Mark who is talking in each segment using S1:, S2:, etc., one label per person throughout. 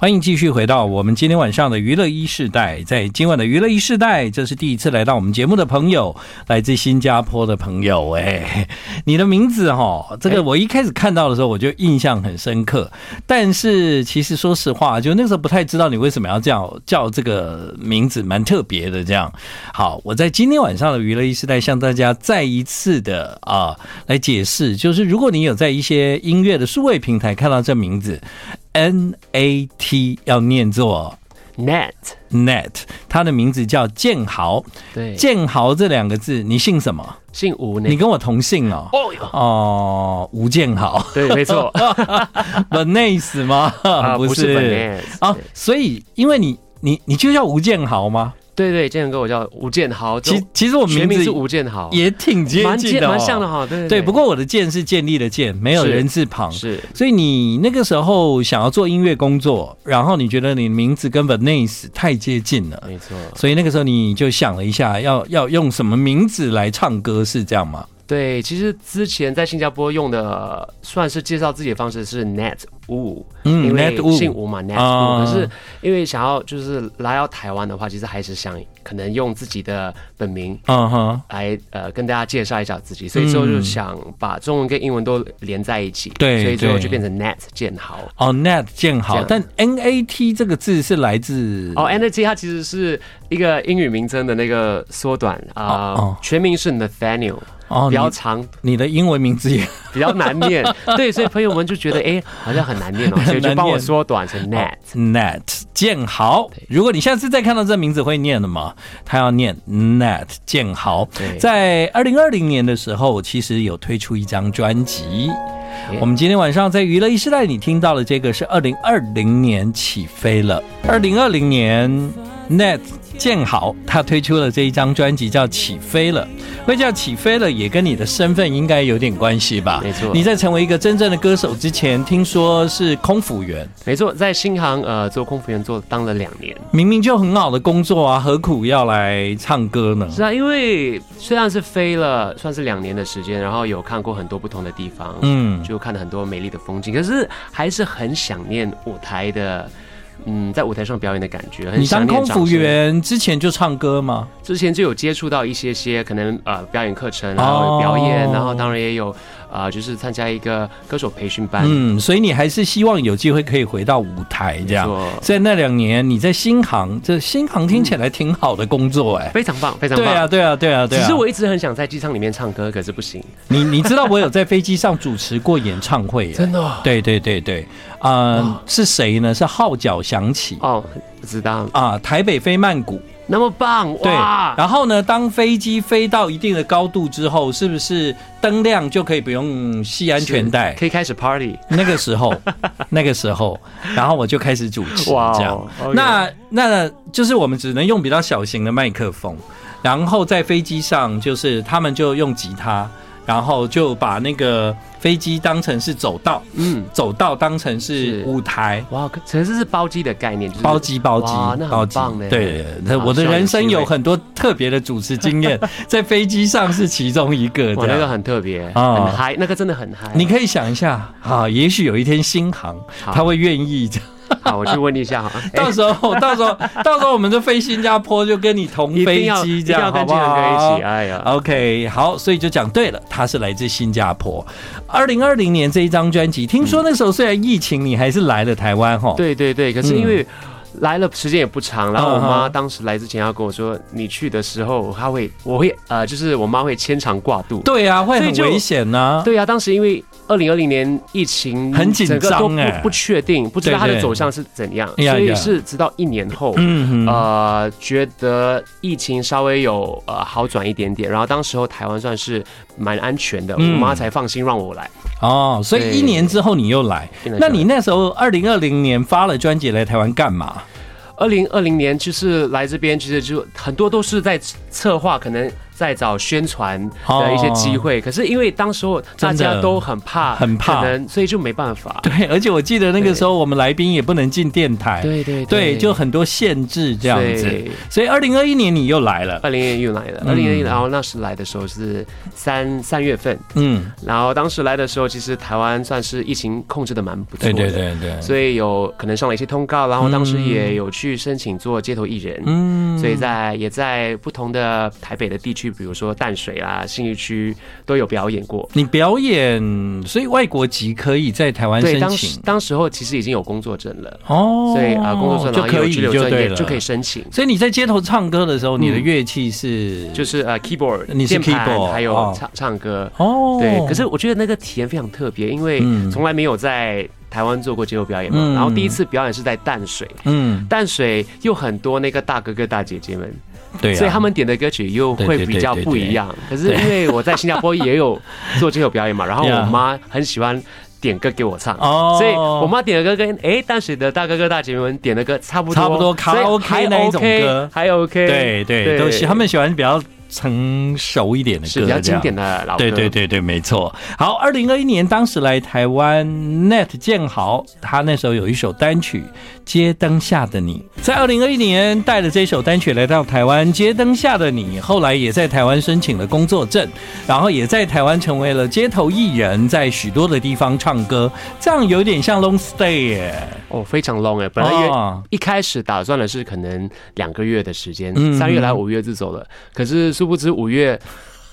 S1: 欢迎继续回到我们今天晚上的娱乐一世代。在今晚的娱乐一世代，这是第一次来到我们节目的朋友，来自新加坡的朋友。哎，你的名字哈，这个我一开始看到的时候我就印象很深刻，但是其实说实话，就那时候不太知道你为什么要叫叫这个名字，蛮特别的。这样，好，我在今天晚上的娱乐一世代向大家再一次的啊来解释，就是如果你有在一些音乐的数位平台看到这名字。N A T 要念作
S2: Net
S1: Net，他的名字叫建豪。
S2: 对，
S1: 建豪这两个字，你姓什么？
S2: 姓吴那
S1: 你跟我同姓哦。
S2: 哦哟，
S1: 哦，吴建 豪
S2: 对，没错
S1: ，Bernays 吗？
S2: 啊，不是本
S1: 是
S2: Net
S1: 啊，所以因为你你你就叫吴建豪吗？
S2: 对对，建哥我叫吴建豪，这
S1: 其其实我
S2: 全
S1: 名
S2: 名是
S1: 字
S2: 吴建豪，
S1: 也挺接
S2: 蛮
S1: 近
S2: 接
S1: 的、哦，
S2: 蛮像的哈，对
S1: 对，不过我的建是建立的建，没有
S2: 是
S1: 人字旁。
S2: 是
S1: 所以你那个时候想要做音乐工作，然后你觉得你的名字跟 v e n a c e 太接近了，
S2: 没错，
S1: 所以那个时候你就想了一下要，要用什么名字来唱歌，是这样吗？
S2: 对，其实之前在新加坡用的算是介绍自己的方式是 Net 吴，
S1: 嗯
S2: 因为
S1: ，Net Wu
S2: 姓吴嘛 Net
S1: 啊
S2: 吴，可是因为想要就是来到台湾的话，其实还是想可能用自己的本名
S1: 嗯哼，
S2: 来呃跟大家介绍一下自己，所以之后就想把中文跟英文都连在一起，
S1: 对
S2: 所以最后
S1: 对
S2: 就变成 Net 建豪。
S1: 哦，Net 建
S2: 这
S1: 好，
S2: 样
S1: 但 N A T 这个字是来自
S2: 哦、n e t 它其实是一个英语名称的那个缩短啊、
S1: 哦哦
S2: 全名是 Nathaniel，、
S1: 哦
S2: 比 较长，
S1: 你你的英文名字也
S2: 比较难念。对，所以朋友们就 觉得哎、好像很难念哦，所以就帮我缩短成 Net。
S1: Net 建豪。如果你下次再看到这名字会念的吗？他要念 Net 建豪。
S2: 对
S1: 在二零二零年的时候，其实有推出一张专辑。我们今天晚上在娱乐一时代，你听到的这个是二零二零年起飞了。二零二零年，Net 建豪他推出了这一张专辑叫《起飞了》，会叫《起飞了》也跟你的身份应该有点关系吧？
S2: 没错
S1: 你在成为一个真正的歌手之前，听说是空服员，
S2: 没错，在新航呃做空服员做当了两年。
S1: 明明就很好的工作啊，何苦要来唱歌呢？
S2: 是啊，因为虽然是飞了，算是两年的时间，然后有看过很多不同的地方，
S1: 嗯
S2: 就看了很多美丽的风景，可是还是很想念舞台的，嗯，在舞台上表演的感觉。很
S1: 你
S2: 想
S1: 当
S2: 念
S1: 空服
S2: 掌声
S1: 员之前就唱歌吗？
S2: 之前就有接触到一些些可能呃表演课程，然
S1: 哦
S2: 后表演，然后当然也有啊、呃就是参加一个歌手培训班，
S1: 嗯，所以你还是希望有机会可以回到舞台这样。
S2: 做
S1: 在那两年，你在新航，这新航听起来挺好的工作哎、
S2: 非常棒，非常
S1: 对
S2: 棒。
S1: 啊，对啊，对啊，对
S2: 只
S1: 啊。
S2: 是我一直很想在机舱里面唱歌，可是不行。
S1: 你你知道我有在飞机上主持过演唱会、 哎
S2: 的哦，
S1: 对对对对，嗯、是谁呢？是号角响起
S2: 哦不知道，
S1: 啊、台北飞曼谷。
S2: 那么棒
S1: 对，啊
S2: 哇！
S1: 然后呢，当飞机飞到一定的高度之后，是不是灯亮就可以不用系安全带
S2: 是？可以开始 party。
S1: 那个时 候，那个时候，然后我就开始主持
S2: 哇哦
S1: 这样。
S2: OK
S1: 那那就是我们只能用比较小型的麦克风，然后在飞机上，就是他们就用吉他，然后就把那个飞机当成是走道，
S2: 嗯，
S1: 走道当成是
S2: 是
S1: 舞台。
S2: 哇，可其实是包机的概念，就是
S1: 包机包机
S2: 哇那
S1: 包
S2: 很
S1: 机
S2: 棒，呢。欸
S1: 对，那
S2: 好
S1: 我的
S2: 希望有
S1: 人生
S2: 机会
S1: 有很多特别的主持经 验，在飞机上是其中一个。
S2: 哇，
S1: 这
S2: 那
S1: 样
S2: 个很特别，
S1: 啊
S2: 很嗨，那个真的很嗨。
S1: 你可以想一下啊，也许有一天新航
S2: 好
S1: 他会愿意这样。
S2: 好，我去问一下哈，哎
S1: 到时候，到时候，到时候我们就飞新加坡，就跟你同
S2: 一定
S1: 飞
S2: 要
S1: 机
S2: 一
S1: 这
S2: 定
S1: 样，好
S2: 要跟
S1: 不
S2: 金人哥一
S1: 好
S2: 起，哎呀，
S1: ？OK，好，所以就讲对了，他是来自新加坡。二零二零年这一张专辑，听说那时候虽然疫情，你还是来了台湾哈。
S2: 对对对，可是因为来了时间也不长，然后我
S1: 嗯
S2: 妈
S1: 哼
S2: 当时来之前要跟我说，你去的时候，她会，我会，呃，就是我妈会牵肠挂肚。
S1: 对啊，会
S2: 所
S1: 很
S2: 以就
S1: 危险呐。
S2: 对呀、啊当时因为二零二零年疫情
S1: 很紧张
S2: 整个都
S1: 哎
S2: 不不确定，不知
S1: 对
S2: 道它的
S1: 对
S2: 走向是怎样，
S1: 呀
S2: 所以
S1: 呀
S2: 是直到一年后。
S1: 嗯哼，
S2: 呃，觉得疫情稍微有呃好转一点点，然后当时候台湾算是蛮安全的，
S1: 嗯
S2: 我妈才放心让我来。
S1: 哦，所以一
S2: 对
S1: 年之后你又来，那你那时候二零二零年发了专辑来台湾干嘛？
S2: 二零二零年就是来这边，其实就很多都是在策划，可能再找宣传
S1: 哦
S2: 的一些机会。可是因为当时候大
S1: 真
S2: 家
S1: 的
S2: 都很怕，
S1: 很怕
S2: 可能所以就没办法。
S1: 对， 而且我记得那个时候我们来宾也不能进电台，
S2: 对对
S1: 对，就很多限制这样子。。嗯所以二零二一年你又来了，
S2: 二零年又来了，二零年然后那时来的时候是三三月份，
S1: 嗯，
S2: 然后当时来的时候，其实台湾算是疫情控制的蛮不错
S1: 对
S2: 的，
S1: 对嗯对对，
S2: 所以有可能上了一些通告，然后当时也有去申请做街头艺人，
S1: 嗯
S2: 所以在也在不同的台北的地区，比如说淡水啊、信义区都有表演过。
S1: 你表演，所以外国籍可以在台湾
S2: 对，
S1: 申
S2: 当时
S1: 请
S2: 当时候其实已经有工作证了，
S1: 哦，
S2: 所以啊、工作证
S1: 就
S2: 然后也
S1: 可
S2: 有
S1: 以
S2: 居留
S1: 就
S2: 证
S1: 对
S2: 也
S1: 了，
S2: 就可以。申请，
S1: 所以你在街头唱歌的时候，你的
S2: 嗯
S1: 乐器是
S2: 就是呃 keyboard
S1: 你是
S2: 键盘
S1: keyboard，
S2: 还有
S1: 哦
S2: 唱、唱歌。
S1: 哦，
S2: 对，可是我觉得那个体验非常特别，因为
S1: 嗯
S2: 从来没有在台湾做过街头表演嘛。
S1: 嗯
S2: 然后第一次表演是在淡水，
S1: 嗯，
S2: 淡水又很多那个大哥哥大姐姐们，
S1: 对啊，
S2: 所以他们点的歌曲又
S1: 对
S2: 会
S1: 对对
S2: 比较不 一样。可是
S1: 对
S2: 因为我在新加坡也有做街头表演嘛，然后
S1: Yeah
S2: 我妈很喜欢点歌给我唱。
S1: 哦，
S2: 所以我妈点的歌跟哎淡水的大哥哥大姐姐们点的歌差不多，
S1: 差不多卡拉 OK
S2: 所以还
S1: 那一种
S2: OK，
S1: 歌
S2: 还 OK，
S1: 对对
S2: 对
S1: 都喜，他们喜欢比较成熟一点的歌，
S2: 是比较经典
S1: 的。
S2: 的老歌。
S1: 对对对对，没错。好，二零二一年当时来台湾，Net 建豪他那时候有一首单曲《街灯下的你》，在二零二一年带着这首单曲来到台湾，《街灯下的你》后来也在台湾申请了工作证，然后也在台湾成为了街头艺人，在许多的地方唱歌，这样有点像 long stay 耶。
S2: 哦，非常 long 哎，本来以为
S1: 哦
S2: 一开始打算的是可能两个月的时间
S1: 嗯，
S2: 三月来五月就走了，可是殊不知五月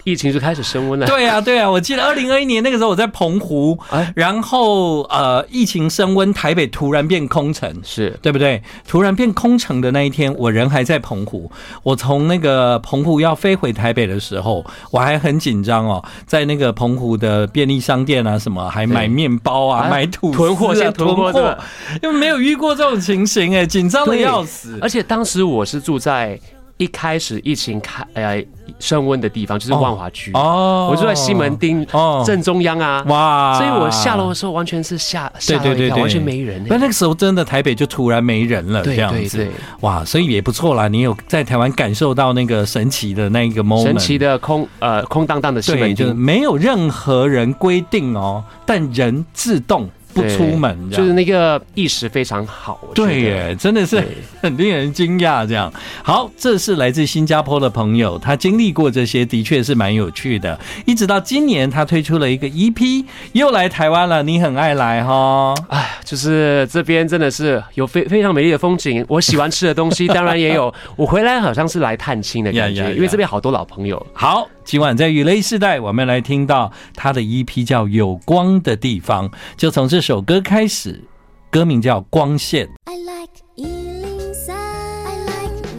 S2: 疫情就开始升温 了。
S1: 对啊，对啊，我记得二零二一年那个时候我在澎湖，
S2: 哎
S1: 然后呃，疫情升温，台北突然变空城。
S2: 是
S1: 对不对？突然变空城的那一天，我人还在澎湖。我从那个澎湖要飞回台北的时候，我还很紧张哦，在那个澎湖的便利商店啊，什么还买
S2: 对
S1: 面包啊，
S2: 哎
S1: 买土司啊
S2: 囤货先囤货
S1: 囤
S2: 对
S1: 货
S2: 吧，
S1: 因为没有遇过这种情形哎，紧张的
S2: 对
S1: 要死。
S2: 而且当时我是住在一开始疫情开呃升温的地方，就是万华区，
S1: 哦
S2: 我住在西门町
S1: 哦
S2: 正中央啊，
S1: 哇，
S2: 所以我下楼的时候完全是吓
S1: 对
S2: 吓了
S1: 对
S2: 一
S1: 对
S2: 跳，
S1: 对
S2: 完全没人欸。
S1: 那那个时候真的台北就突然没人了，这
S2: 对
S1: 样
S2: 对
S1: 子，
S2: 对
S1: 哇，所以也不错啦。你有在台湾感受到那个神奇的那一个 moment，
S2: 神奇的空呃空荡荡的西
S1: 对，
S2: 门
S1: 就是
S2: 町，
S1: 没有任何人规定哦，但人自动不
S2: 对
S1: 出门，这
S2: 就
S1: 样
S2: 是那个意识非常好。我觉得
S1: 对耶，真的是
S2: 对
S1: 很令人惊讶。这样，好，这是来自新加坡的朋友，他经历过这些，的确是蛮有趣的。一直到今年，他推出了一个 EP，又来台湾了，你很爱来哈。
S2: 哎，就是这边真的是有非非常美丽的风景，我喜欢吃的东西当然也有。我回来好像是来探亲的感
S1: 呀呀呀
S2: 觉，因为这边好多老朋友。
S1: 好，今晚在雨雷时代，我们来听到他的 EP 叫《有光的地方》，就从这首歌开始，歌名叫《光线》。
S3: I like Ealing Sound. I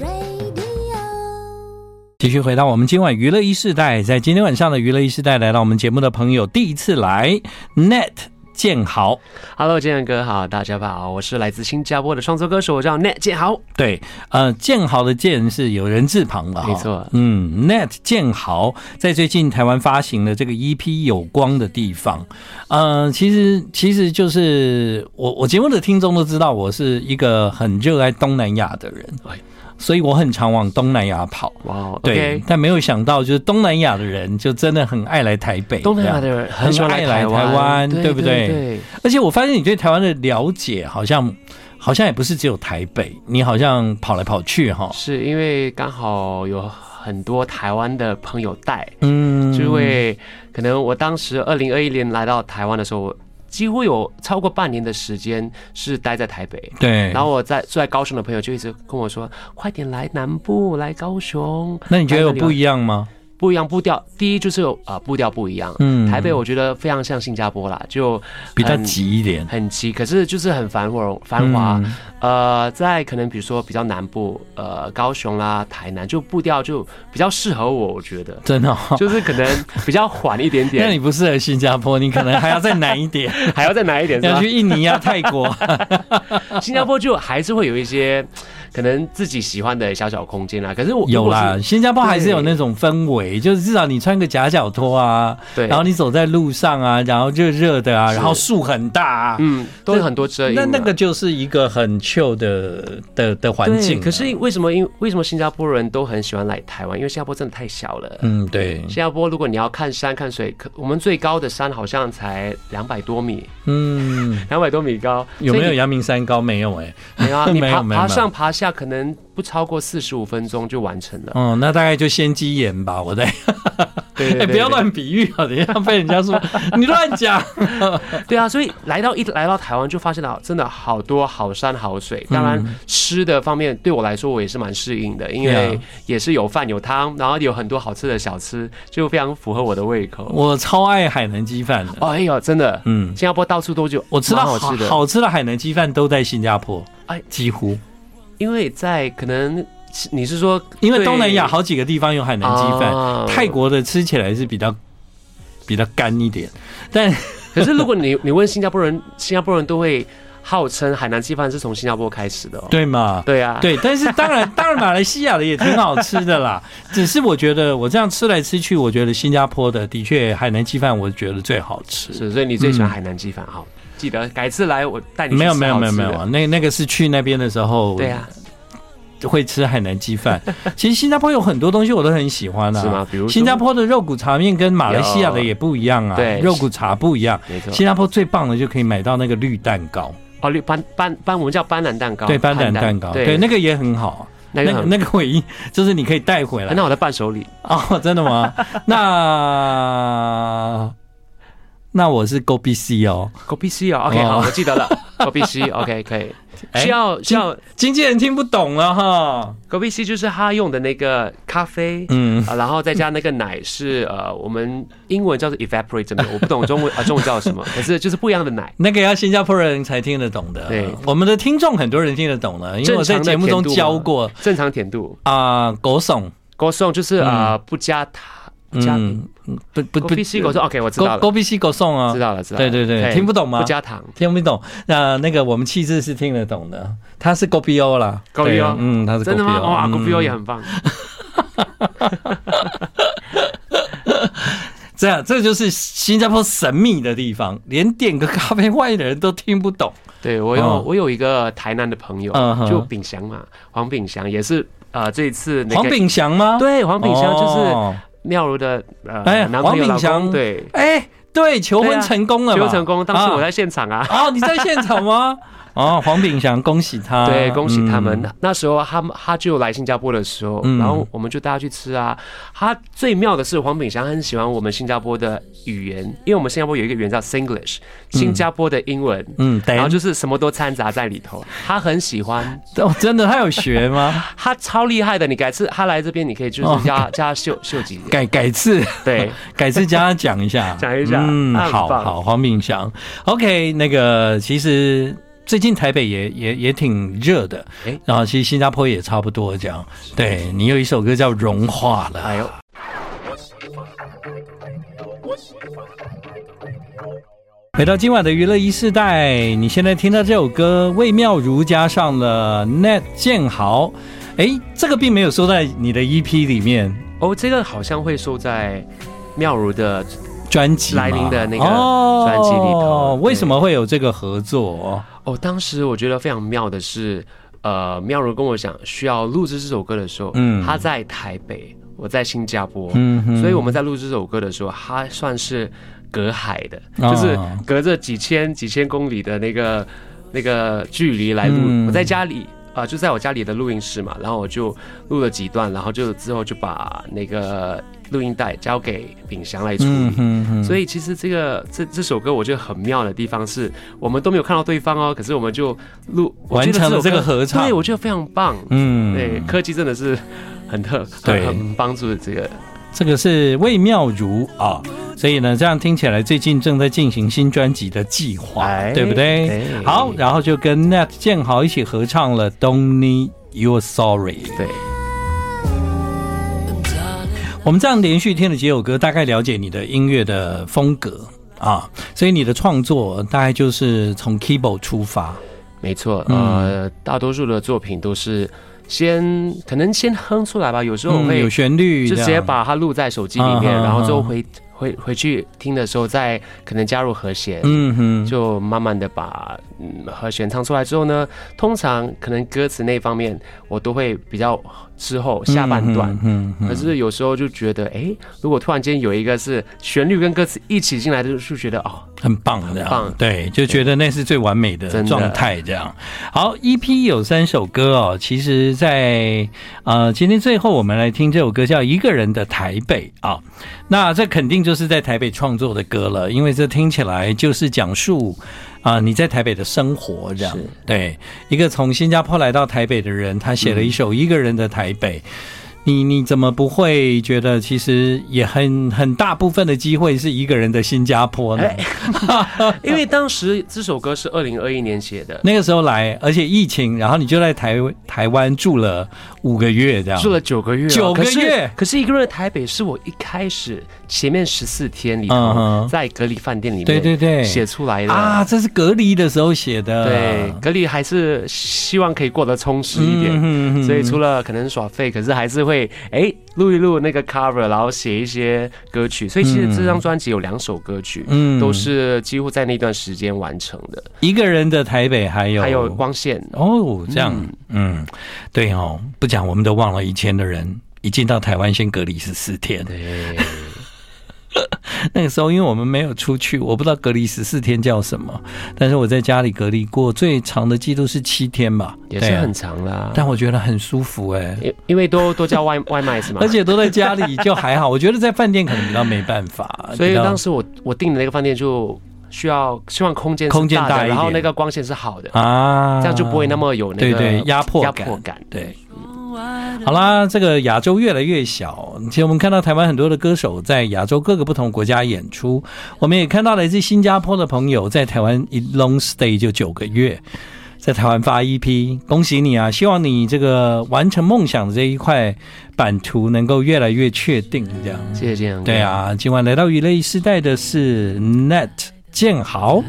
S3: like radio.
S1: 继续回到我们今晚娱乐一世代，在今天晚上的娱乐一世代，来到我们节目的朋友第一次来 Net 建豪，
S2: Hello，建阳哥好，大家好，我是来自新加坡的创作歌手，我叫 Net 建豪。
S1: 对，呃，建豪的建是有人字旁了哈，
S2: 没错
S1: 嗯，Net 建豪在最近台湾发行的这个 EP《有光的地方》，呃，其实其实就是我我节目的听众都知道，我是一个很热爱东南亚的人
S2: 哎，
S1: 所以我很常往东南亚跑。
S2: 哇哦
S1: 对
S2: ，OK，
S1: 但没有想到，就是东南亚的人就真的很爱来台北。
S2: 东南亚
S1: 这
S2: 的
S1: 样
S2: 人很喜欢来台
S1: 很爱来台湾
S2: 湾，
S1: 对不对而且我发现你对台湾的了解好像好像也不是只有台北，你好像跑来跑去哈。
S2: 是因为刚好有很多台湾的朋友带，
S1: 嗯，
S2: 就会可能我当时二零二一年来到台湾的时候，我几乎有超过半年的时间是待在台北。
S1: 对。
S2: 然后我在住在高雄的朋友就一直跟我说，快点来南部，来高雄。
S1: 那你觉得有不
S2: 样
S1: 一样吗？
S2: 不一样步调？第一就是有啊、呃步调不一样。
S1: 嗯
S2: 台北我觉得非常像新加坡啦，就
S1: 比较急一点。
S2: 很急，可是就是很繁荣繁华。
S1: 嗯。
S2: 呃，在可能比如说比较南部，呃，高雄啦、台南，就步调就比较适合我，我觉得
S1: 真的、哦。
S2: 就是可能比较缓一点
S1: 那
S2: 点
S1: 你，不适合新加坡，你可能还要再难一 点，
S2: 还要再难一点是
S1: 要
S2: 吧
S1: 啊去？印尼啊、泰国。
S2: 新加坡就还是会有一些可能自己喜欢的小小空间啊啦。可是 我
S1: 有啦，，新加坡还是有
S2: 对
S1: 那种氛围，就是至少你穿个夹脚拖啊，
S2: 对
S1: 然后你走在路上啊，然后热热的啊，
S2: 是
S1: 然后树很大啊，
S2: 嗯，都有很多遮阴
S1: 那
S2: 啦。
S1: 那个就是一个很 chill 的的的环
S2: 对
S1: 境啊。
S2: 可是为什么？因为什么新加坡人都很喜欢来台湾？因为新加坡真的太小了。
S1: 嗯，对，
S2: 新加坡，如果你要看山看水，可我们最高的山好像才两百多米，
S1: 嗯，
S2: 两百多米高，
S1: 有没有
S2: 所以
S1: 阳明山高？没有哎、
S2: 你？没有啊，你
S1: 没有
S2: 爬
S1: 没有
S2: 爬上爬下可能不超过四十五分钟就完成 了。
S1: 哦、那大概就先鸡眼吧，我在。
S2: 对对
S1: 哎、
S2: 对
S1: 不要乱比喻啊，等一下被人家 说你乱讲。
S2: 对啊，所以来到一来到台湾就发现了真的好多好山好水。当然
S1: 嗯
S2: 吃的方面对我来说我也是蛮适应的，因为
S1: Yeah
S2: 也是有饭有汤，然后有很多好吃的小吃，就非常符合我的胃口。
S1: 我超爱海南鸡饭的，
S2: 哦，哎呦，真的，
S1: 嗯，
S2: 新加坡到处都有，
S1: 我吃到
S2: 蛮
S1: 好
S2: 好吃的，
S1: 好吃的海南鸡饭都在新加坡，哎
S2: 哎，
S1: 几乎，
S2: 因为在可能你是说
S1: 因为东南亚
S2: 对
S1: 好几个地方有海南鸡饭，
S2: 啊
S1: 泰国的吃起来是比较比较干一点，但
S2: 可是如果你你问新加坡人，新加坡人都会号称海南鸡饭是从新加坡开始的哦。
S1: 对嘛，
S2: 对啊，
S1: 对，但是当然， 当然马来西亚的也挺好吃的啦。只是我觉得我这样吃来吃去，我觉得新加坡的的确海南鸡饭，我觉得最好吃。
S2: 是，所以你最喜欢海南鸡饭好，记得改次来我带你去
S1: 嗯没有
S2: 吃
S1: 没有
S2: 好
S1: 没有
S2: 吃
S1: 没
S2: 的
S1: 有，那那个是去那边的时候，
S2: 对啊，
S1: 会吃海南鸡饭。 其实新加坡有很多东西我都很喜欢啊，
S2: 是吗？比如说
S1: 新加，坡的肉骨茶面跟马来西亚的也不一样啊，
S2: 有对
S1: 肉骨茶不一样。
S2: 没错，
S1: 新加坡最棒的就可以买到那个绿蛋糕，
S2: 哦，绿斑斑斑，我们叫斑斓哦蛋糕，
S1: 对，斑斓
S2: 汉
S1: 蛋糕，
S2: 对，
S1: 对，那个也很好。
S2: 那个
S1: 那个
S2: 很
S1: 那个回忆就是你可以带回来
S2: 很，好哎的伴手礼，
S1: 哦，真的 吗？那那我是 Go B C 哦，
S2: 狗屁西哦，OK，
S1: 哦
S2: 好，我记得了，狗 屁西，OK，可以，
S1: 哎
S2: 需要需要
S1: 经纪人听不懂了哈。
S2: 狗屁西就是他用的那个咖啡，
S1: 嗯，
S2: 啊，然后再加那个奶是呃，我们英文叫做 evaporate 怎么样？我不懂中文啊、中文叫什么， 可是就是不一样的奶。
S1: 那个要新加坡人才听得懂的。
S2: 对
S1: 我们的听众很多人听得懂的，因为我在节目中教过
S2: 正常甜度，
S1: 啊，狗怂，
S2: 狗送就是啊、呃不加糖，不加
S1: 嗯，不不
S2: 不
S1: 不
S2: 必西狗送。OK，我知道
S1: ，Go
S2: 了，
S1: Go B C 狗送啊
S2: 知，道了，知道了。
S1: 对对对，
S2: 嘿
S1: 听不懂吗
S2: 不？加糖，
S1: 听不懂，那那个我们气质是听得懂的，他是 Go B O 啦
S2: Go B O
S1: 对嗯，他是 Go
S2: 哦真
S1: B
S2: 的
S1: O，
S2: 吗？哇，狗皮
S1: 嗯
S2: 欧也 很棒。
S1: 这样，这就是新加坡神秘的地方，连点个咖啡外的人都听不懂。
S2: 对我有、
S1: 嗯
S2: 我有一个台南的朋友
S1: 嗯哼
S2: 就炳祥嘛，黄炳祥也是呃这一次那个
S1: 黄炳祥吗？，
S2: 对黄炳祥就是
S1: 哦
S2: 妙如的呃、
S1: 哎
S2: 男朋友
S1: 黄炳祥
S2: 老公对。
S1: 哎、对，求婚成功了嘛，
S2: 求成功，当时我
S1: 啊
S2: 在现场啊，
S1: 哦，你在现场吗？ 哦，黄炳祥，恭喜他，
S2: 对，恭喜他们。
S1: 嗯
S2: 那那时候他们他就来新加坡的时候，
S1: 嗯
S2: 然后我们就带他去吃啊。他最妙的是黄炳祥很喜欢我们新加坡的语言，因为我们新加坡有一个语言叫 Singlish，新加坡的英文。
S1: 嗯，等
S2: 然后就是什么都掺杂在里头，他很喜欢，
S1: 哦，真的，他有学吗？
S2: 他超厉害的。你改次他来这边，你可以
S1: 哦
S2: 就是加、加他秀秀几点，
S1: 改改次，
S2: 对，
S1: 改次加讲一下，
S2: 讲一下
S1: 嗯，
S2: 他很
S1: 好
S2: 棒
S1: 好，黄炳祥，OK，那个其实。最近台北也也也挺热的，
S2: 哎
S1: 然后其实新加坡也差不多这样。对你有一首歌叫《融化了》，
S2: 哎呦，
S1: 回到今晚的娱乐一世代，你现在听到这首歌，魏妙如加上了 Net 建豪，哎，这个并没有收在你的 EP 里面
S2: 哦，这个好像会收在妙如的
S1: 专辑吗哦
S2: 来临的那个专辑里头对
S1: 为什么会有这个合作？
S2: 哦，当时我觉得非常妙的是，呃，妙如跟我讲需要录制这首歌的时候，
S1: 嗯
S2: 嗯，他在台北，我在新加坡，
S1: 嗯哼
S2: 所以我们在录制这首歌的时候，他算是隔海的，
S1: 啊
S2: 就是隔着几千几千公里的那个那个距离来录。
S1: 嗯
S2: 我在家里。啊、就在我家里的录音室嘛，然后我就录了几段，然后就之后就把那个录音带交给炳祥来处理。
S1: 嗯哼哼
S2: 所以其实这个这这首歌我觉得很妙的地方是，我们都没有看到对方哦，可是我们就录我
S1: 完
S2: 觉得
S1: 成了
S2: 首歌
S1: 这个合唱
S2: 对我觉得非常棒。
S1: 嗯
S2: 对，科技真的是很特
S1: 对
S2: 很很帮助这个
S1: 这个是魏妙如啊、所以呢，这样听起来最近正在进行新专辑的计划，
S2: 哎
S1: 对不对？
S2: 对
S1: 好，然后就跟 Net 建豪一起合唱了《Don't Need Your Sorry》。
S2: 对。
S1: 我们这样连续听了几首歌，大概了解你的音乐的风格啊，所以你的创作大概就是从 keyboard 出发，
S2: 没错，呃，大多数的作品都是先可能先哼出来吧，有时候我
S1: 嗯，
S2: 会
S1: 有旋律，
S2: 就直接
S1: 这样
S2: 把它录在手机里面，
S1: 啊哈
S2: 然后之后
S1: 啊哈
S2: 回回回去听的时候再可能加入和弦，
S1: 嗯哼，
S2: 就慢慢的把嗯和弦唱出来之后呢，通常可能歌词那方面我都会比较之后下半段。
S1: 嗯哼，
S2: 可
S1: 嗯
S2: 是有时候就觉得，哎，如果突然间有一个是旋律跟歌词一起进来的，就觉得 哦，
S1: 很棒，这
S2: 很
S1: 样
S2: 棒
S1: 对，就觉得那是最完美的
S2: 真的
S1: 状态，这样。好，EP ，E 有三首歌哦，其实在，呃今天最后我们来听这首歌叫《一个人的台北》啊，那这肯定就是在台北创作的歌了，因为这听起来就是讲述啊、你在台北的生活这样
S2: 是。
S1: 对，一个从新加坡来到台北的人，他写了一
S2: 嗯
S1: 首《一个人的台北》。你你怎么不会觉得其实也很很大部分的机会是一个人的新加坡
S2: 哎
S1: 呢？
S2: 因为当时这首歌是二零二一年 写的，
S1: 那个时候来，而且疫情，然后你就在台台湾住了五个月，这样
S2: 住了九个月啊，
S1: 九个
S2: 可是
S1: 月
S2: 可是一个人的台北是我一开始前面十四天
S1: 嗯
S2: 里头
S1: 哼
S2: 在隔离饭店里面，
S1: 对对对
S2: 写出来的
S1: 啊，。这是隔离的时候写的，
S2: 对，隔离还是希望可以过得充实一点，
S1: 呃嗯哼
S2: 所以除了可能耍废，可是还是会哎录一录那个 cover，然后写一些歌曲。所以其实这张专辑有两首歌曲，
S1: 嗯
S2: 都是几乎在那段时间完成的。
S1: 一个人的台北，还有
S2: 还有光线，
S1: 哦，这样，嗯对哦，不讲我们都忘了以前的人。一进到台湾，先隔离十四天。
S2: 对，
S1: 那个时候，因为我们没有出去，我不知道隔离十四天叫什么。但是我在家里隔离过，最长的记录是七天吧，
S2: 也是
S1: 对啊
S2: 很长啦。
S1: 但我觉得很舒服哎、
S2: 因因为都都叫外 外卖是吗？
S1: 而且都在家里就还好，我觉得在饭店可能比较没办法。
S2: 所以
S1: 比较
S2: 当时我我订的那个饭店就需要希望空间是
S1: 空间
S2: 的
S1: 大一
S2: 然后
S1: 点
S2: 那个光线是好的，
S1: 啊，
S2: 这样就不会那么有那个
S1: 对对压迫
S2: 压
S1: 感
S2: 迫感。
S1: 对。好啦，这个亚洲越来越小。其实我们看到台湾很多的歌手在亚洲各个不同国家演出，我们也看到来自新加坡的朋友在台湾一 long stay 就九个月，在台湾发 EP，恭喜你啊！希望你这个完成梦想的这一块版图能够越来越确定，这样。
S2: 谢谢建阳哥。
S1: 对，啊，今晚来到娱乐一时代的是 Net 建豪，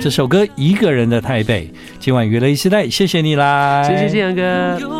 S1: 这首歌《一个人的台北》，今晚娱乐一时代，谢谢你啦，
S2: 谢谢建阳哥。